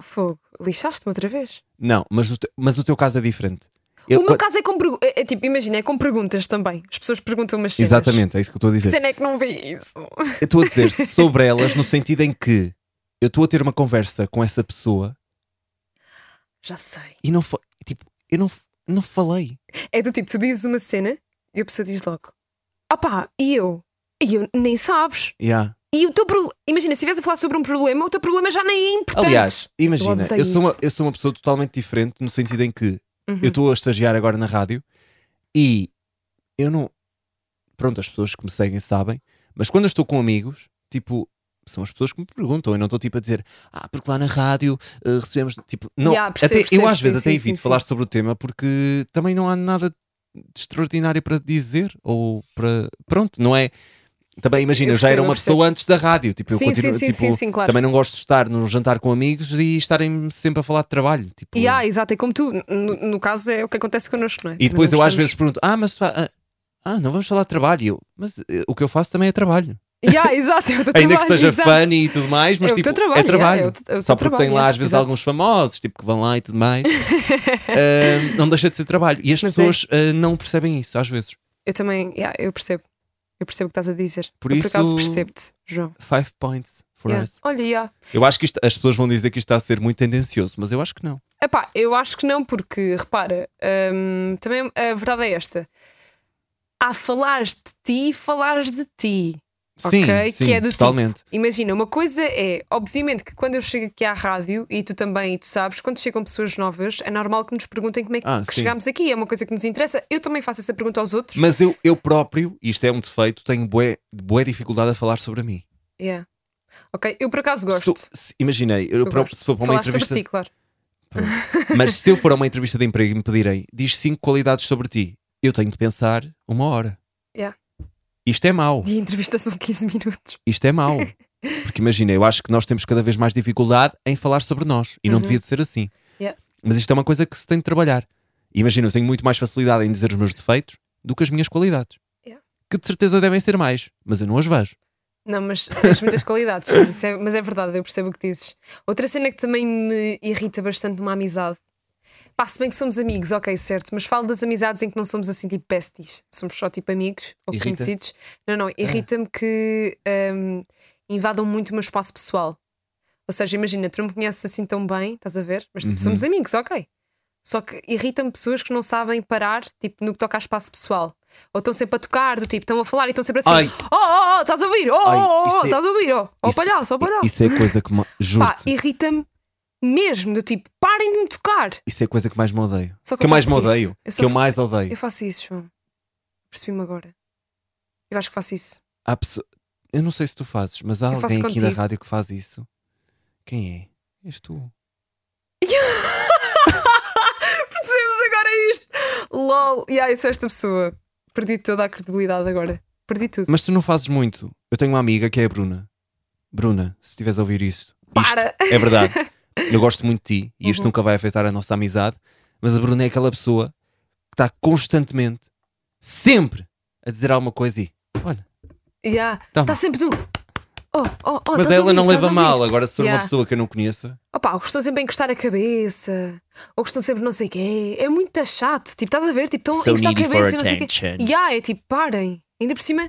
S1: Fogo. Lixaste-me outra vez?
S2: Não, mas o, te- mas o teu caso é diferente. Eu-
S1: o meu caso é com, pergu- é, é tipo, imagina, é com perguntas também. As pessoas perguntam umas cenas.
S2: Exatamente, é isso que eu estou a
S1: Que
S2: dizer.
S1: cena é que não vê isso?
S2: Eu estou a dizer sobre elas no sentido em que eu estou a ter uma conversa com essa pessoa
S1: Já sei.
S2: e não fa- tipo, eu não, f- não falei.
S1: É do tipo, tu dizes uma cena e a pessoa diz logo: opá, e eu? E eu nem sabes.
S2: Yeah.
S1: E o teu problema. Imagina, se estivesse a falar sobre um problema, o teu problema já nem é importante.
S2: Aliás, imagina,
S1: odeio
S2: eu sou, uma,
S1: isso.
S2: eu sou uma pessoa totalmente diferente no sentido em que
S1: Uhum.
S2: eu estou a estagiar agora na rádio e eu não. Pronto, as pessoas que me seguem sabem, mas quando eu estou com amigos, tipo, são as pessoas que me perguntam. Eu não estou tipo a dizer, ah, porque lá na rádio eh, recebemos. Tipo, não.
S1: Yeah, percebo,
S2: até,
S1: percebo,
S2: eu às
S1: sim,
S2: vezes
S1: sim,
S2: até
S1: sim,
S2: evito
S1: sim.
S2: falar sobre o tema porque também não há nada de extraordinário para dizer ou para. Pronto, não é. Também imagina,
S1: Eu
S2: eu já era
S1: percebo, eu
S2: uma pessoa antes da rádio. Tipo,
S1: Sim,
S2: eu continuo,
S1: sim, sim,
S2: tipo,
S1: sim, sim, claro.
S2: Também não gosto de estar no jantar com amigos e estarem sempre a falar de trabalho. Tipo,
S1: E há, exato, é como tu, no, no caso é o que acontece connosco, não é?
S2: e
S1: Também
S2: depois
S1: não
S2: eu às vezes
S1: gostamos.
S2: pergunto: Ah, mas fa- ah, ah, não vamos falar de trabalho. E eu, mas eh, o que eu faço também é trabalho.
S1: Yeah, exato, é o teu
S2: Ainda
S1: trabalho,
S2: que seja
S1: exato.
S2: funny e tudo mais, mas
S1: É o
S2: tipo,
S1: teu trabalho,
S2: é trabalho.
S1: é, é o teu- é o
S2: Só
S1: teu
S2: porque
S1: trabalho,
S2: tem lá
S1: é,
S2: às vezes
S1: exato.
S2: alguns famosos, tipo, que vão lá e tudo mais. Ahm, não deixa de ser trabalho. E as
S1: Mas é.
S2: pessoas ah, não percebem isso às vezes.
S1: Eu também, yeah, eu percebo. Eu percebo o que estás a dizer.
S2: Por
S1: eu,
S2: isso-
S1: por acaso percebo-te, João.
S2: Five points for
S1: Yeah.
S2: us.
S1: Olha, yeah.
S2: Eu acho que isto- as pessoas vão dizer que isto está a ser muito tendencioso, mas eu acho que não.
S1: Epá, eu acho que não, porque repara, hum, também a verdade é esta: há falares de ti e falares de ti. Ok, que
S2: sim,
S1: é do
S2: totalmente.
S1: Imagina, uma coisa é, obviamente, que quando eu chego aqui à rádio, e tu também, e tu sabes, quando chegam pessoas novas, é normal que nos perguntem como é que,
S2: Ah,
S1: que
S2: sim.
S1: chegámos aqui, é uma coisa que nos interessa. Eu também faço essa pergunta aos outros.
S2: Mas eu, eu próprio, isto é um defeito, tenho boa dificuldade a falar sobre mim.
S1: Yeah. Ok, eu por acaso
S2: Se tu-
S1: gosto.
S2: se- imaginei, eu,
S1: Eu
S2: próprio,
S1: gosto.
S2: se for para uma
S1: Falar
S2: entrevista.
S1: sobre ti, claro.
S2: Mas se eu for a uma entrevista de emprego e me pedirem, diz cinco qualidades sobre ti, eu tenho de pensar uma hora.
S1: Yeah.
S2: Isto é mau,
S1: E a entrevista são 15 minutos.
S2: isto é mau. Porque imagina, eu acho que nós temos cada vez mais dificuldade em falar sobre nós e não
S1: Uhum.
S2: devia de ser assim.
S1: Yeah.
S2: Mas isto é uma coisa que se tem de trabalhar. Imagina, eu tenho muito mais facilidade em dizer os meus defeitos do que as minhas qualidades.
S1: Yeah.
S2: Que de certeza devem ser mais, mas eu não as vejo.
S1: Não, mas tens muitas qualidades, sim, isso é- mas é verdade, eu percebo o que dizes. Outra cena que também me irrita bastante numa amizade. Pá, se bem que somos amigos, ok, certo, mas falo das amizades em que não somos assim tipo besties, somos só tipo amigos ou
S2: Irrita-te? Ah.
S1: conhecidos. Não, não, irrita-me que hum, invadam muito o meu espaço pessoal. Ou seja, imagina, tu não me conheces assim tão bem, estás a ver? Mas tipo,
S2: Uhum.
S1: somos amigos, ok. Só que irritam-me pessoas que não sabem parar, tipo, no que toca a espaço pessoal. Ou estão sempre a tocar, do tipo, estão a falar e estão sempre assim.
S2: Ai.
S1: Oh, oh, oh, estás a ouvir? Oh,
S2: Ai,
S1: oh, oh,
S2: isso
S1: oh,
S2: é-
S1: estás a ouvir? Oh, oh
S2: Isso-
S1: palhaço, oh palhaço.
S2: Isso é a coisa que me-
S1: Pá,
S2: juro-te,
S1: irrita-me mesmo, do tipo, parem de me tocar.
S2: isso é a coisa que mais me odeio.
S1: Só que
S2: que
S1: eu
S2: eu mais me
S1: faço isso.
S2: odeio,
S1: Eu só
S2: que eu
S1: fa-
S2: mais odeio.
S1: Eu faço isso, João. Percebi-me agora. Eu acho que faço isso.
S2: Há pesso- Eu não sei se tu fazes, mas há
S1: Eu faço
S2: alguém aqui na
S1: contigo.
S2: rádio que faz isso. Quem é? És tu.
S1: Percebemos agora isto. LOL. E yeah, eu sou esta pessoa. Perdi toda a credibilidade agora. Perdi tudo.
S2: Mas tu não fazes muito. Eu tenho uma amiga que é a Bruna. Bruna, se estiveres a ouvir isto, isto
S1: Para!
S2: é verdade. Eu gosto muito de ti e isto
S1: Uhum.
S2: nunca vai afetar a nossa amizade. Mas a Bruna é aquela pessoa que está constantemente, sempre, a dizer alguma coisa e olha.
S1: Yeah.
S2: Toma.
S1: Está sempre do. Oh, oh, oh,
S2: mas
S1: estás a
S2: ela
S1: ouvir,
S2: não
S1: estás a
S2: leva
S1: ouvir.
S2: mal. Agora, se for
S1: Yeah.
S2: uma pessoa que eu não conheça,
S1: Opá, ou que estão sempre a encostar a cabeça, ou que estão sempre não sei o quê. É muito chato. Tipo, estás a ver? Tipo, estão a encostar a cabeça e não sei o quê. E yeah, é tipo, parem. Ainda por cima,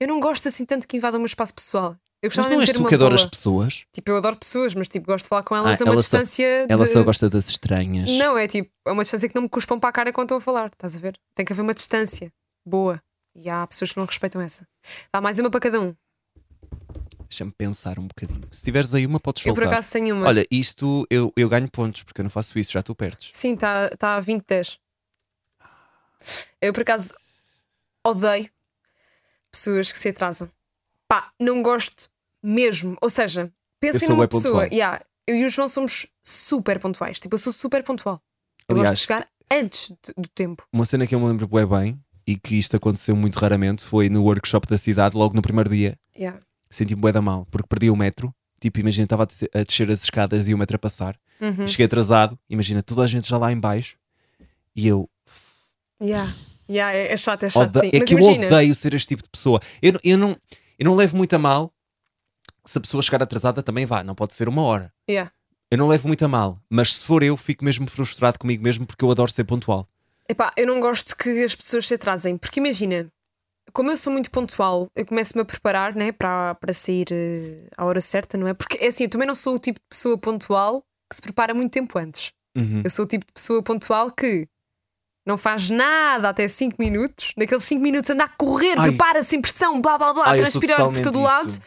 S1: eu não gosto assim tanto que invadam o meu espaço pessoal. Eu
S2: mas
S1: gostava
S2: não
S1: mesmo
S2: és
S1: de ter
S2: tu
S1: uma
S2: que adoras
S1: boa.
S2: pessoas?
S1: Tipo, eu adoro pessoas, mas tipo, gosto de falar com elas a
S2: Ah,
S1: uma
S2: ela só-
S1: distância.
S2: Ela
S1: de...
S2: só gosta das estranhas.
S1: Não, é tipo, é uma distância que não me cuspam para a cara quando estou a falar, estás a ver? Tem que haver uma distância boa. E há pessoas que não respeitam essa. Dá mais uma para cada um.
S2: Deixa-me pensar um bocadinho. Se tiveres aí uma, podes
S1: Eu por
S2: soltar.
S1: acaso tenho uma.
S2: Olha, isto eu, eu ganho pontos, porque eu não faço isso, já tu perdes.
S1: Sim, está tá a 20, 10. Eu, por acaso, odeio pessoas que se atrasam. Pá, não gosto mesmo. Ou seja, pensem
S2: sou
S1: numa
S2: bué
S1: pessoa.
S2: pontual.
S1: Yeah, eu e o João somos super pontuais. Tipo, eu sou super pontual. Eu gosto
S2: Aliás,
S1: de chegar antes de- do tempo.
S2: Uma cena que eu me lembro bué bem e que isto aconteceu muito raramente foi no workshop da cidade, logo no primeiro dia.
S1: Yeah.
S2: Senti-me bué da mal, porque perdi o metro. Tipo, imagina, estava a descer- a descer as escadas e o metro a passar.
S1: Uhum.
S2: Cheguei atrasado, imagina, toda a gente já lá em baixo. E eu,
S1: Yeah. Yeah, é, é chato, é chato.
S2: Ode-
S1: sim.
S2: é
S1: Mas
S2: que
S1: imagina.
S2: eu odeio ser este tipo de pessoa. Eu, não- eu, não, eu não levo muito a mal se a pessoa chegar atrasada também vá, não pode ser uma hora.
S1: Yeah.
S2: Eu não levo muito a mal, mas se for eu, fico mesmo frustrado comigo mesmo porque eu adoro ser pontual.
S1: Epá, eu não gosto que as pessoas se atrasem, porque imagina, como eu sou muito pontual, eu começo-me a preparar né, para, para sair eh, à hora certa, não é? Porque é assim, eu também não sou o tipo de pessoa pontual que se prepara muito tempo antes.
S2: Uhum.
S1: Eu sou o tipo de pessoa pontual que não faz nada até 5 minutos, naqueles 5 minutos anda a correr,
S2: Ai.
S1: prepara sem pressão, blá blá blá,
S2: Ai, Ah, eu sou
S1: transpirar por
S2: totalmente
S1: todo o
S2: isso.
S1: lado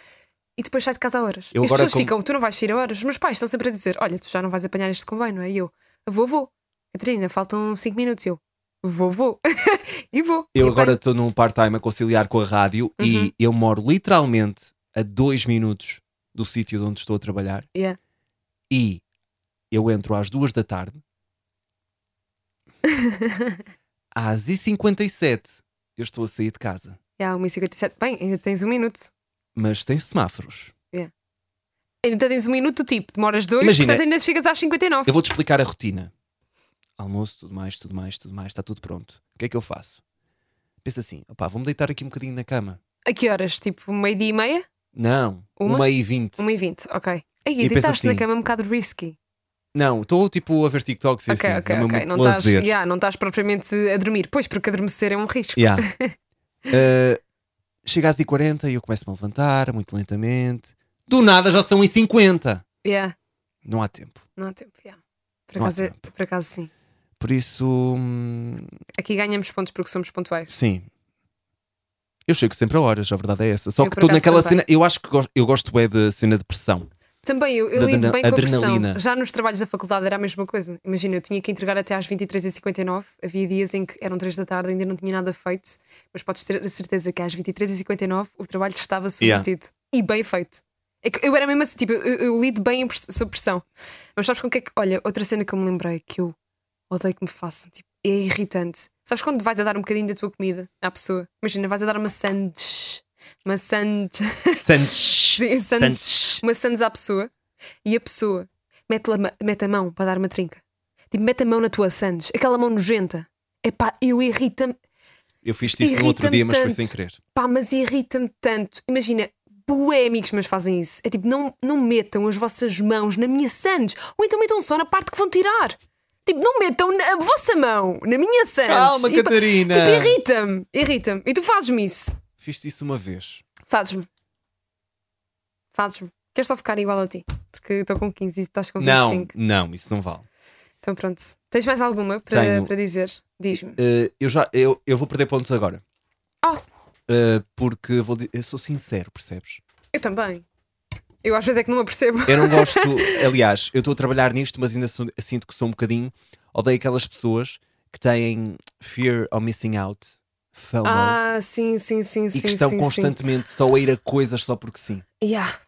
S1: e depois sai de casa a horas.
S2: Eu
S1: e as
S2: agora
S1: pessoas
S2: como-
S1: ficam, tu não vais sair a horas. Os meus pais estão sempre a dizer: Olha, tu já não vais apanhar este comboio, não é? E eu, vou, vou. Catarina, faltam 5 minutos. E eu, vou, vou. e vou.
S2: Eu
S1: E
S2: agora
S1: apanho.
S2: estou num part-time a conciliar com a rádio
S1: Uhum.
S2: e eu moro literalmente a dois minutos do sítio de onde estou a trabalhar
S1: Yeah.
S2: e eu entro às duas da tarde. às e 57 eu estou a sair de casa,
S1: Yeah, 1h57. Bem, ainda tens um minuto.
S2: mas tem semáforos.
S1: Ainda tens um minuto, tipo, demoras dois,
S2: Imagina.
S1: portanto ainda chegas às 59.
S2: Eu vou-te explicar a rotina. Almoço, tudo mais, tudo mais, tudo mais, está tudo pronto. O que é que eu faço? Pensa assim, opá, vou-me deitar aqui um bocadinho na cama.
S1: A que horas? Tipo, meio-dia e meia?
S2: Não,
S1: Uma?
S2: uma, e vinte.
S1: 1h20, ok. Aí,
S2: E pensa
S1: deitaste na
S2: assim.
S1: cama um bocado risky.
S2: Não, estou tipo a ver TikToks e
S1: ok,
S2: assim,
S1: ok,
S2: é o meu
S1: ok.
S2: muito
S1: Não estás,
S2: lazer.
S1: yeah, não estás propriamente a dormir. Pois, porque adormecer é um risco.
S2: Yeah. Uh, chega às e 40 e eu começo-me a levantar, muito lentamente. Do nada já são e 50.
S1: Yeah,
S2: Não há tempo.
S1: Não há tempo, yeah. Por
S2: Não há
S1: acaso, é-
S2: tempo.
S1: por acaso sim.
S2: Por isso, hum,
S1: Aqui ganhamos pontos porque somos pontuais.
S2: sim. Eu chego sempre a horas, a verdade é essa. Só
S1: Eu,
S2: que
S1: por
S2: estou
S1: acaso,
S2: naquela
S1: também.
S2: cena. Eu acho que gosto, eu gosto é da cena de pressão.
S1: Também eu, eu
S2: Da
S1: lido
S2: adrena-
S1: bem com a pressão.
S2: adrenalina.
S1: Já nos trabalhos da faculdade era a mesma coisa. Imagina, eu tinha que entregar até às 23h59. Havia dias em que eram 3 da tarde, ainda não tinha nada feito. Mas podes ter a certeza que às 23h59 o trabalho estava
S2: Yeah.
S1: submetido e bem feito. É que eu era mesmo assim, tipo, eu, eu lido bem em press- sob pressão. Mas sabes com o que é que. Olha, outra cena que eu me lembrei que eu odeio que me façam, tipo, é irritante. Sabes quando vais a dar um bocadinho da tua comida à pessoa? Imagina, vais a dar uma sandes. Uma sandes.
S2: Santos.
S1: Sim, sandes uma sandes à pessoa e a pessoa mete, a ma- mete a mão para dar uma trinca. Tipo, mete a mão na tua sandes, aquela mão nojenta. É pá, eu irrita-me,
S2: Eu fiz isto no outro
S1: Irrita-me
S2: dia, mas foi
S1: tanto.
S2: sem querer.
S1: pá, mas irrita-me tanto. Imagina, bué amigos meus fazem isso. É tipo, não, não metam as vossas mãos na minha sandes, ou então metam só na parte que vão tirar. Tipo, não metam na- a vossa mão na minha sandes.
S2: Calma,
S1: E, pá,
S2: Catarina!
S1: Tipo, irrita-me, irrita-me. E tu fazes-me isso.
S2: Fiz isso uma vez.
S1: Fazes-me. Fazes-me. Queres só ficar igual a ti? Porque eu estou com 15 e tu estás com 25.
S2: Não, não, isso não vale.
S1: Então pronto. Tens mais alguma para,
S2: Tenho.
S1: para dizer? Diz-me.
S2: Eh, eu já eu, eu vou perder pontos agora.
S1: Ah.
S2: Eh, porque vou di- eu sou sincero, percebes?
S1: Eu também. Eu às vezes é que não a percebo.
S2: Eu não gosto, aliás, eu estou a trabalhar nisto, mas ainda sou- sinto que sou um bocadinho. Odeio aquelas pessoas que têm fear of missing out, FOMO,
S1: Ah, sim, sim, sim,
S2: e
S1: sim.
S2: que estão
S1: sim,
S2: constantemente só a ir a coisas só porque sim.
S1: Sim. Yeah.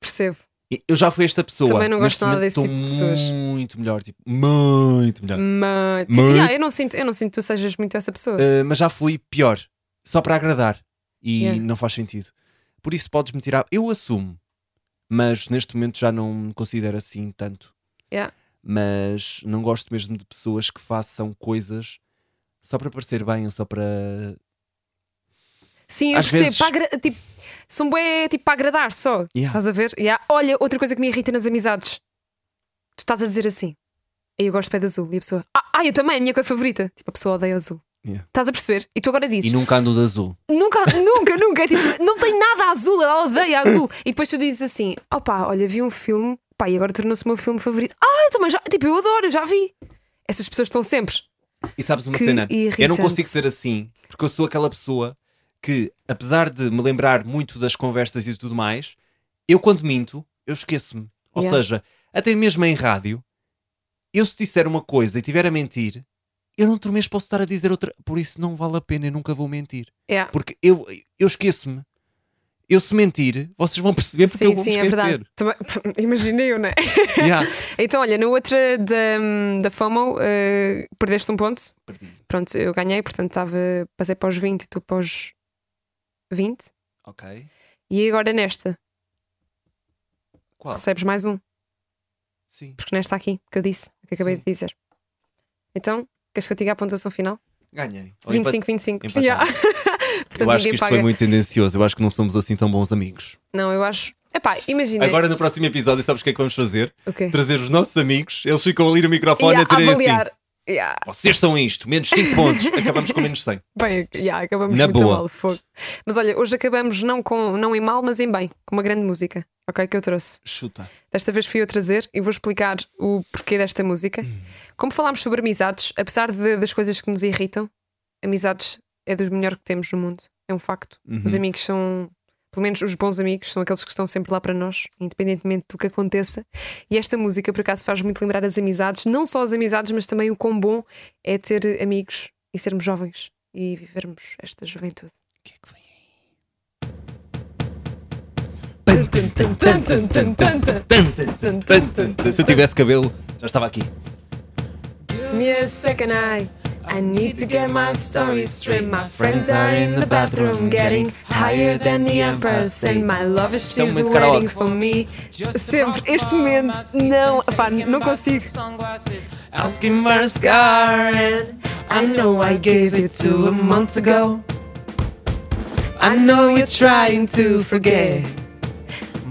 S1: Percebo.
S2: E Eu já fui esta pessoa.
S1: Também não
S2: Neste
S1: gosto nada
S2: momento
S1: desse tipo de
S2: estou
S1: pessoas.
S2: Muito melhor, tipo, muito melhor.
S1: Mas.
S2: É.
S1: tipo,
S2: Muito.
S1: Yeah, eu, não sinto, eu não sinto que tu sejas muito essa pessoa.
S2: Uh, mas já fui pior, só para agradar. E
S1: Yeah.
S2: não faz sentido. Por isso podes me tirar. Eu assumo, mas neste momento já não me considero assim tanto.
S1: Yeah.
S2: Mas não gosto mesmo de pessoas que façam coisas só para parecer bem ou só para.
S1: Sim, eu
S2: às
S1: percebo.
S2: vezes-
S1: Para agra- tipo, são bué, tipo, para agradar só.
S2: Yeah.
S1: Estás a ver? Yeah. Olha, outra coisa que me irrita nas amizades. Tu estás a dizer assim. Eu gosto de pé de azul. E a pessoa. Ah, ah, eu também, a minha cor favorita. Tipo, a pessoa odeia azul.
S2: Yeah.
S1: Estás a perceber? E tu agora dizes.
S2: E nunca ando de azul.
S1: Nunca, nunca, nunca. É tipo, não tem nada azul, ela odeia azul. E depois tu dizes assim: opá, olha, vi um filme, pá, e agora tornou-se o meu filme favorito. Ah, eu também já, tipo, eu adoro, eu já vi. Essas pessoas estão sempre.
S2: E sabes uma
S1: Que
S2: cena? Eu não
S1: irritante.
S2: consigo ser assim, porque eu sou aquela pessoa que, apesar de me lembrar muito das conversas e tudo mais, eu quando minto, eu esqueço-me. Ou
S1: Yeah.
S2: seja, até mesmo em rádio, eu se disser uma coisa e tiver a mentir, eu não mês posso estar a dizer outra. Por isso não vale a pena, eu nunca vou mentir.
S1: É.
S2: Porque eu, eu esqueço-me. Eu se mentir, vocês vão perceber porque eu
S1: Sim,
S2: vou
S1: sim,
S2: me
S1: é verdade.
S2: esquecer.
S1: Também- Imagina eu, não é?
S2: Yeah.
S1: Então, olha, na outra da, da FOMO, eh, perdeste um ponto.
S2: Perdi.
S1: Pronto, eu ganhei, portanto, estava, passei para os 20 e tu para os 20.
S2: Ok.
S1: E agora nesta,
S2: Qual?
S1: recebes mais um.
S2: Sim.
S1: porque não está aqui, que eu disse, que acabei
S2: Sim.
S1: de dizer. Então, queres que eu te diga a pontuação final?
S2: Ganhei. Ou empate-
S1: 25, 25.
S2: empatado.
S1: Yeah.
S2: Eu
S1: Portanto,
S2: acho que
S1: ninguém
S2: isto
S1: paga.
S2: foi muito tendencioso. Eu acho que não somos assim tão bons amigos.
S1: Não, eu acho. Epá, imagina.
S2: Agora, no próximo episódio, sabes o que é que vamos fazer?
S1: O quê?
S2: Trazer os nossos amigos, eles ficam ali no microfone
S1: Yeah,
S2: a dizerem
S1: avaliar.
S2: assim:
S1: Yeah.
S2: vocês são isto, menos 5 pontos, acabamos com menos 100.
S1: Bem, yeah, acabamos
S2: Na
S1: muito
S2: boa.
S1: mal. Fogo. Mas olha, hoje acabamos não, com, não em mal, mas em bem, com uma grande música, ok? Que eu trouxe.
S2: Chuta.
S1: Desta vez fui eu trazer e vou explicar o porquê desta música. Como falámos sobre amizades, apesar de- das coisas que nos irritam, amizades é dos melhores que temos no mundo. É um facto.
S2: Uhum.
S1: Os amigos são, pelo menos os bons amigos, são aqueles que estão sempre lá para nós, independentemente do que aconteça. E esta música, por acaso, faz muito lembrar as amizades, não só as amizades, mas também o quão bom é ter amigos e sermos jovens e vivermos esta juventude.
S2: O que é que vem aí?
S1: Tum, tum, Tum, tum, tum, tum, tum, tum. tum, tum, tum, tum.
S2: Se eu tivesse cabelo, já estava aqui.
S1: Me a second eye. I need to get my story straight. My friends are in the bathroom, getting higher than the empress. And my lover, she's
S2: muito
S1: waiting
S2: karaoke.
S1: for me. Sempre, este momento, não, pá, não consigo.
S2: Asking for a scar and I know I gave it to a month ago. I know you're trying to forget.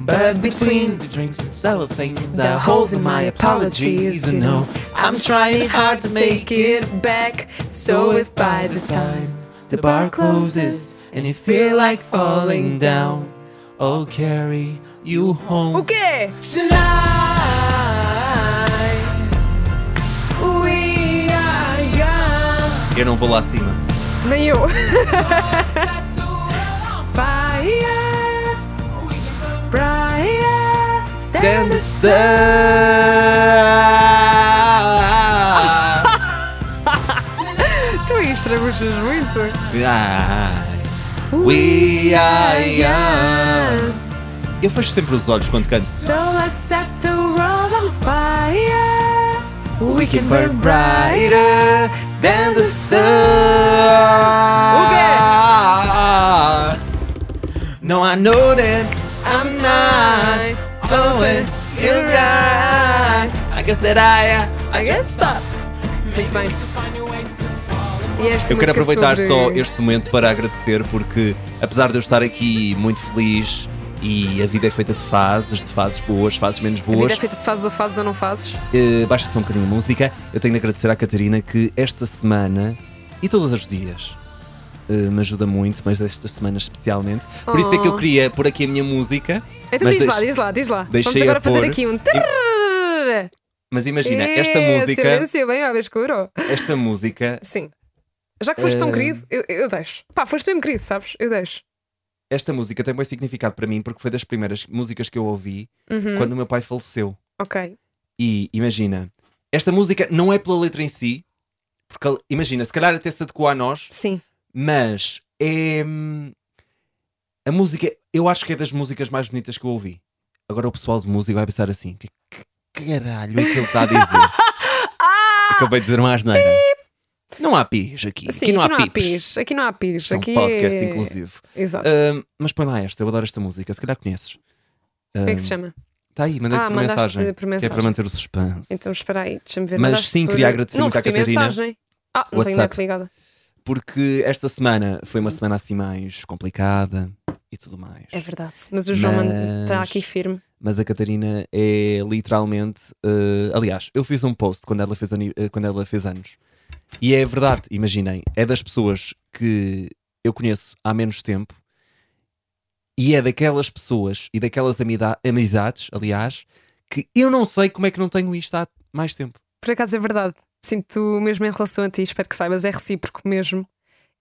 S2: But between the drinks and cellar things, the holes in my apologies, you know, I'm trying hard to make it.
S1: back.
S2: So if by the time the bar closes and you feel like falling down, I'll carry you home.
S1: O quê?
S2: Eu não vou lá acima.
S1: Nem eu.
S2: Than the sun.
S1: Tu é aí estrabuchas muito.
S2: We are young. Eu fecho sempre os olhos quando canto.
S1: So let's set the world on fire.
S2: We can burn brighter than the sun. Ah, No, I know that I'm not going you die. I guess that I, I guess stop.
S1: Muito bem. E esta
S2: Eu quero
S1: música
S2: aproveitar
S1: sobre-
S2: só este momento para agradecer, porque apesar de eu estar aqui muito feliz e a vida é feita de fases, de fases boas, fases menos
S1: A vida é
S2: boas,
S1: feita de fazes ou fazes ou não fazes.
S2: eh, baixa só um bocadinho a música. Eu tenho de agradecer à Catarina que esta semana e todos os dias eh, me ajuda muito, mas esta semana especialmente. Por isso é que eu
S1: Oh.
S2: queria pôr aqui a minha música.
S1: Então
S2: mas
S1: diz lá,
S2: deixe-
S1: diz lá, diz lá. Vamos
S2: deixei
S1: agora
S2: a
S1: fazer
S2: pôr.
S1: aqui um.
S2: Mas imagina, esta
S1: Eh,
S2: música,
S1: Silêncio, bem, olha, escuro.
S2: esta música,
S1: Sim. Já que foste tão
S2: Eh,
S1: querido, eu, eu deixo. Pá, foste mesmo querido, sabes? Eu deixo.
S2: esta música tem bom significado para mim porque foi das primeiras músicas que eu ouvi
S1: Uhum.
S2: quando o meu pai faleceu.
S1: Ok.
S2: E imagina, esta música não é pela letra em si, porque ela- imagina, se calhar até se adequou a nós,
S1: Sim.
S2: mas é. hum, A música, eu acho que é das músicas mais bonitas que eu ouvi. Agora o pessoal de música vai pensar assim: que, que caralho é que ele está a dizer? Acabei de dizer uma asneira. Não há pis aqui.
S1: Sim,
S2: Ah! aqui não há pips.
S1: pis. Aqui não há pis.
S2: Isto é um
S1: Aqui
S2: podcast
S1: é-
S2: inclusivo.
S1: Exato.
S2: Hum, mas põe lá esta, eu adoro esta música, se calhar conheces.
S1: Como é que se chama?
S2: Está aí, mandei-te
S1: Ah,
S2: por
S1: mandaste
S2: mensagem.
S1: por
S2: Que é para
S1: mensagem.
S2: manter o suspense.
S1: Então espera aí, deixa-me ver.
S2: Mas
S1: mandaste
S2: sim,
S1: por-
S2: queria agradecer
S1: não
S2: muito à
S1: recebi
S2: Catarina.
S1: mensagem. Ah, não tenho
S2: WhatsApp.
S1: nada ligada.
S2: porque esta semana foi uma semana assim mais complicada e tudo mais.
S1: É verdade. Mas o João
S2: Mas-
S1: está aqui firme.
S2: Mas a Catarina é literalmente. eh, aliás, eu fiz um post quando ela, fez ani- eh, quando ela fez anos. E é verdade, imaginem. É das pessoas que eu conheço há menos tempo e é daquelas pessoas e daquelas amida- amizades, aliás, que eu não sei como é que não tenho isto há mais tempo.
S1: Por acaso é verdade. Sinto o mesmo em relação a ti, espero que saibas, é recíproco mesmo.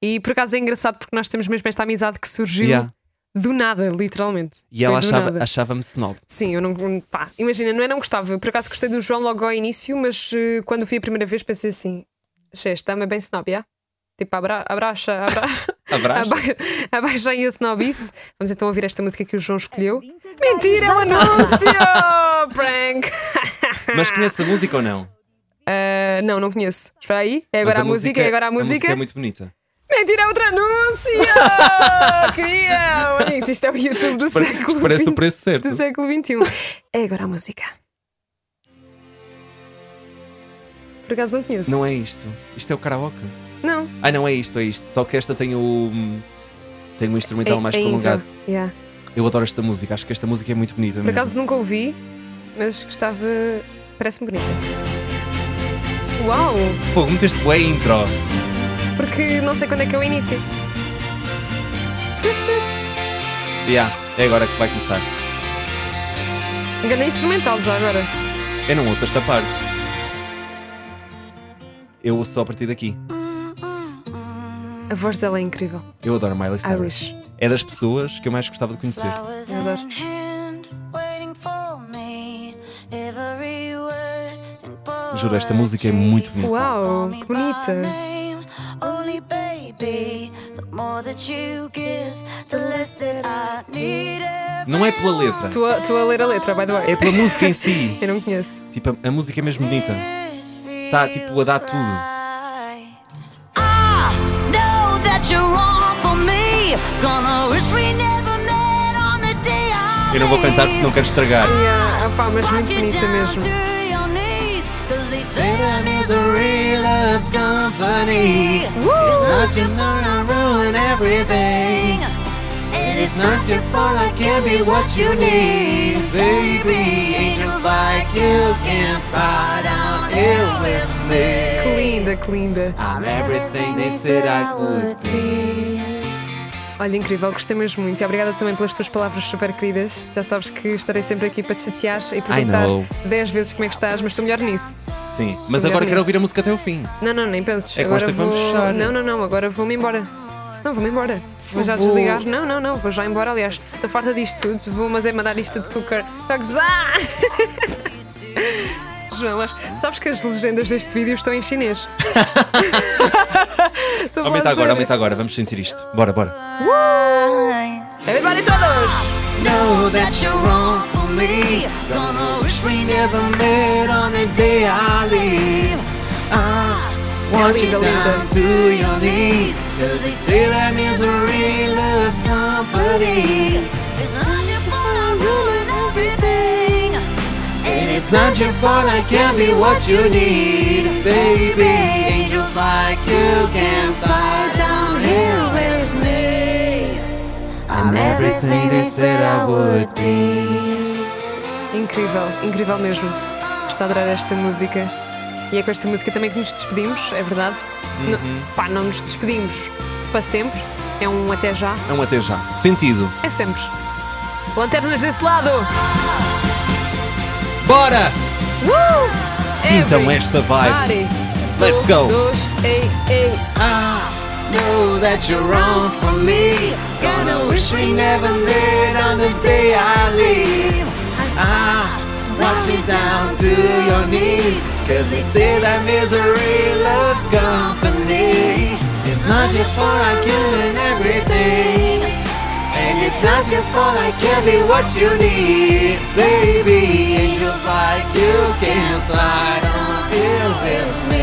S1: E por acaso é engraçado porque nós temos mesmo esta amizade que surgiu
S2: Yeah.
S1: do nada, literalmente.
S2: E ela
S1: Foi do
S2: achava-
S1: nada.
S2: achava-me snob.
S1: Sim, eu não. Pá, imagina, não é não gostava. Eu, Por acaso gostei do João logo ao início, mas eh, quando o vi a primeira vez pensei assim: Xê, está-me bem snob, yeah? Tipo, abra, abraça, abra,
S2: Abraço.
S1: abaixa, abaixa aí a snob isso. Vamos então ouvir esta música que o João escolheu. Mentira,
S4: Mentira,
S1: é um
S4: mano!
S1: anúncio! Prank!
S2: Mas conhece a música ou não?
S1: Eh, não, não conheço. Espera aí, é agora
S2: Mas
S1: a, música, é agora a música.
S2: é muito bonita.
S1: Mentira, é outro anúncio! Queria! Amigos, isto é o YouTube do
S2: Pare-
S1: século
S2: isto parece o
S1: XX.
S2: preço certo.
S1: do século XXI. É agora a música. Por acaso não conheço.
S2: Não é isto. Isto é o karaoke.
S1: Não.
S2: Ah, não é isto, é isto. Só que esta tem o. Tem um instrumental
S1: é,
S2: mais
S1: é intro.
S2: prolongado.
S1: Yeah.
S2: Eu adoro esta música, acho que esta música é muito bonita.
S1: Por
S2: mesmo.
S1: acaso nunca ouvi, mas gostava. Parece-me bonita. Uau!
S2: Fogo, meteste boa intro.
S1: Porque não sei quando é que é o início.
S2: Yeah, é agora que vai começar.
S1: Enganei instrumental já agora.
S2: Eu não ouço esta parte. Eu ouço só a partir daqui.
S1: A voz dela é incrível.
S2: Eu adoro Miley
S1: Ah,
S2: Cyrus.
S1: Irish.
S2: É das pessoas que eu mais gostava de conhecer.
S1: Verdade.
S2: Juro, esta é
S1: Oh,
S2: música é muito bonita.
S1: Uau, que bonita.
S4: more that you give, the less that I need.
S2: Não é pela letra.
S1: Estou a, estou a ler a letra, by the way.
S2: É pela música em si.
S1: Eu não conheço.
S2: Tipo, a, a música é mesmo bonita.
S4: Tá
S2: Tá, tipo, a dar tudo.
S4: I know that you're wrong for me. Gonna wish we never met on the day I
S2: Eu não vou cantar porque não quero estragar.
S1: Yeah, opá, ah, mas muito bonita mesmo.
S4: It's not your fault, I can't be what you need. Baby, angels like you can't fly down here with me.
S1: Que linda, que linda.
S2: I'm everything they said I would be.
S1: Olha, incrível, gostei mesmo muito. E obrigada também pelas tuas palavras super queridas. Já sabes que estarei sempre aqui para te chatear e perguntar
S2: know.
S1: 10 vezes como é que estás, mas estou melhor nisso.
S2: Sim, mas
S1: Estou
S2: agora
S1: melhor
S2: quero ouvir
S1: nisso.
S2: a música até o fim.
S1: Não, não, nem penses.
S2: É com
S1: agora
S2: esta que vamos fechar.
S1: Não, não, não, agora vou-me embora. Não, vou-me embora. Vou já
S2: favor.
S1: desligar. Não, não, não, vou já embora. Aliás, estou farta disto tudo. Vou, mas é mandar isto tudo com o Kurt. Está a gozar! João, acho- sabes que as legendas deste vídeo estão em chinês. Estou a
S2: Aumenta
S1: falar
S2: agora,
S1: sério.
S2: aumenta agora, vamos sentir isto. Bora, bora.
S1: Everybody, todos!
S2: Know that
S4: Oh, That you're wrong for me. Gonna wish we never met on the day I leave.
S2: want
S1: you down
S4: to your knees. Cause they say that
S2: misery loves company.
S4: It's not your fault I ruin everything.
S2: And it's not your fault I can't be what you need, baby. Angels like you can fly down here with me. I'm everything they said I would be.
S1: Incrível, incrível mesmo. Estou a adorar esta música. E é com esta música também que nos despedimos, é verdade?
S2: Uhum.
S1: Não, pá, não nos despedimos para sempre. É um até já.
S2: É um até já. Sentido.
S1: É sempre. Lanternas desse lado!
S2: Bora!
S1: Uh!
S2: Sintam
S1: Every
S2: esta vibe.
S1: party.
S2: Let's go.
S1: Todos, ei, ei.
S2: I know that you're wrong for me. Gonna wish we never met on the day I leave. I want you Ah, down to your knees. Cause they say that misery loves company. It's not your fault I'm killing everything. And it's not your fault I can't be what you need. Baby, angels like you can fly down here with me.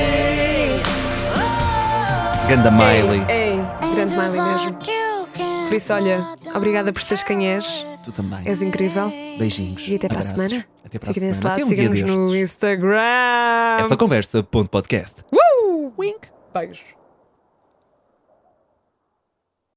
S1: É.
S2: Ganda
S1: Ei, ei. Grande Miley mesmo. Por isso, olha, obrigada por seres quem és.
S2: Tu também.
S1: És incrível.
S2: Beijinhos.
S1: É. E até para a
S2: Abraços.
S1: semana.
S2: Até para
S1: Fiquem
S2: a
S1: desse
S2: semana.
S1: lado,
S2: Até um dia
S1: siga-nos
S2: destes.
S1: no Instagram.
S2: Essa conversa. Ponto podcast.
S1: Uh!
S2: Wink.
S1: Beijos.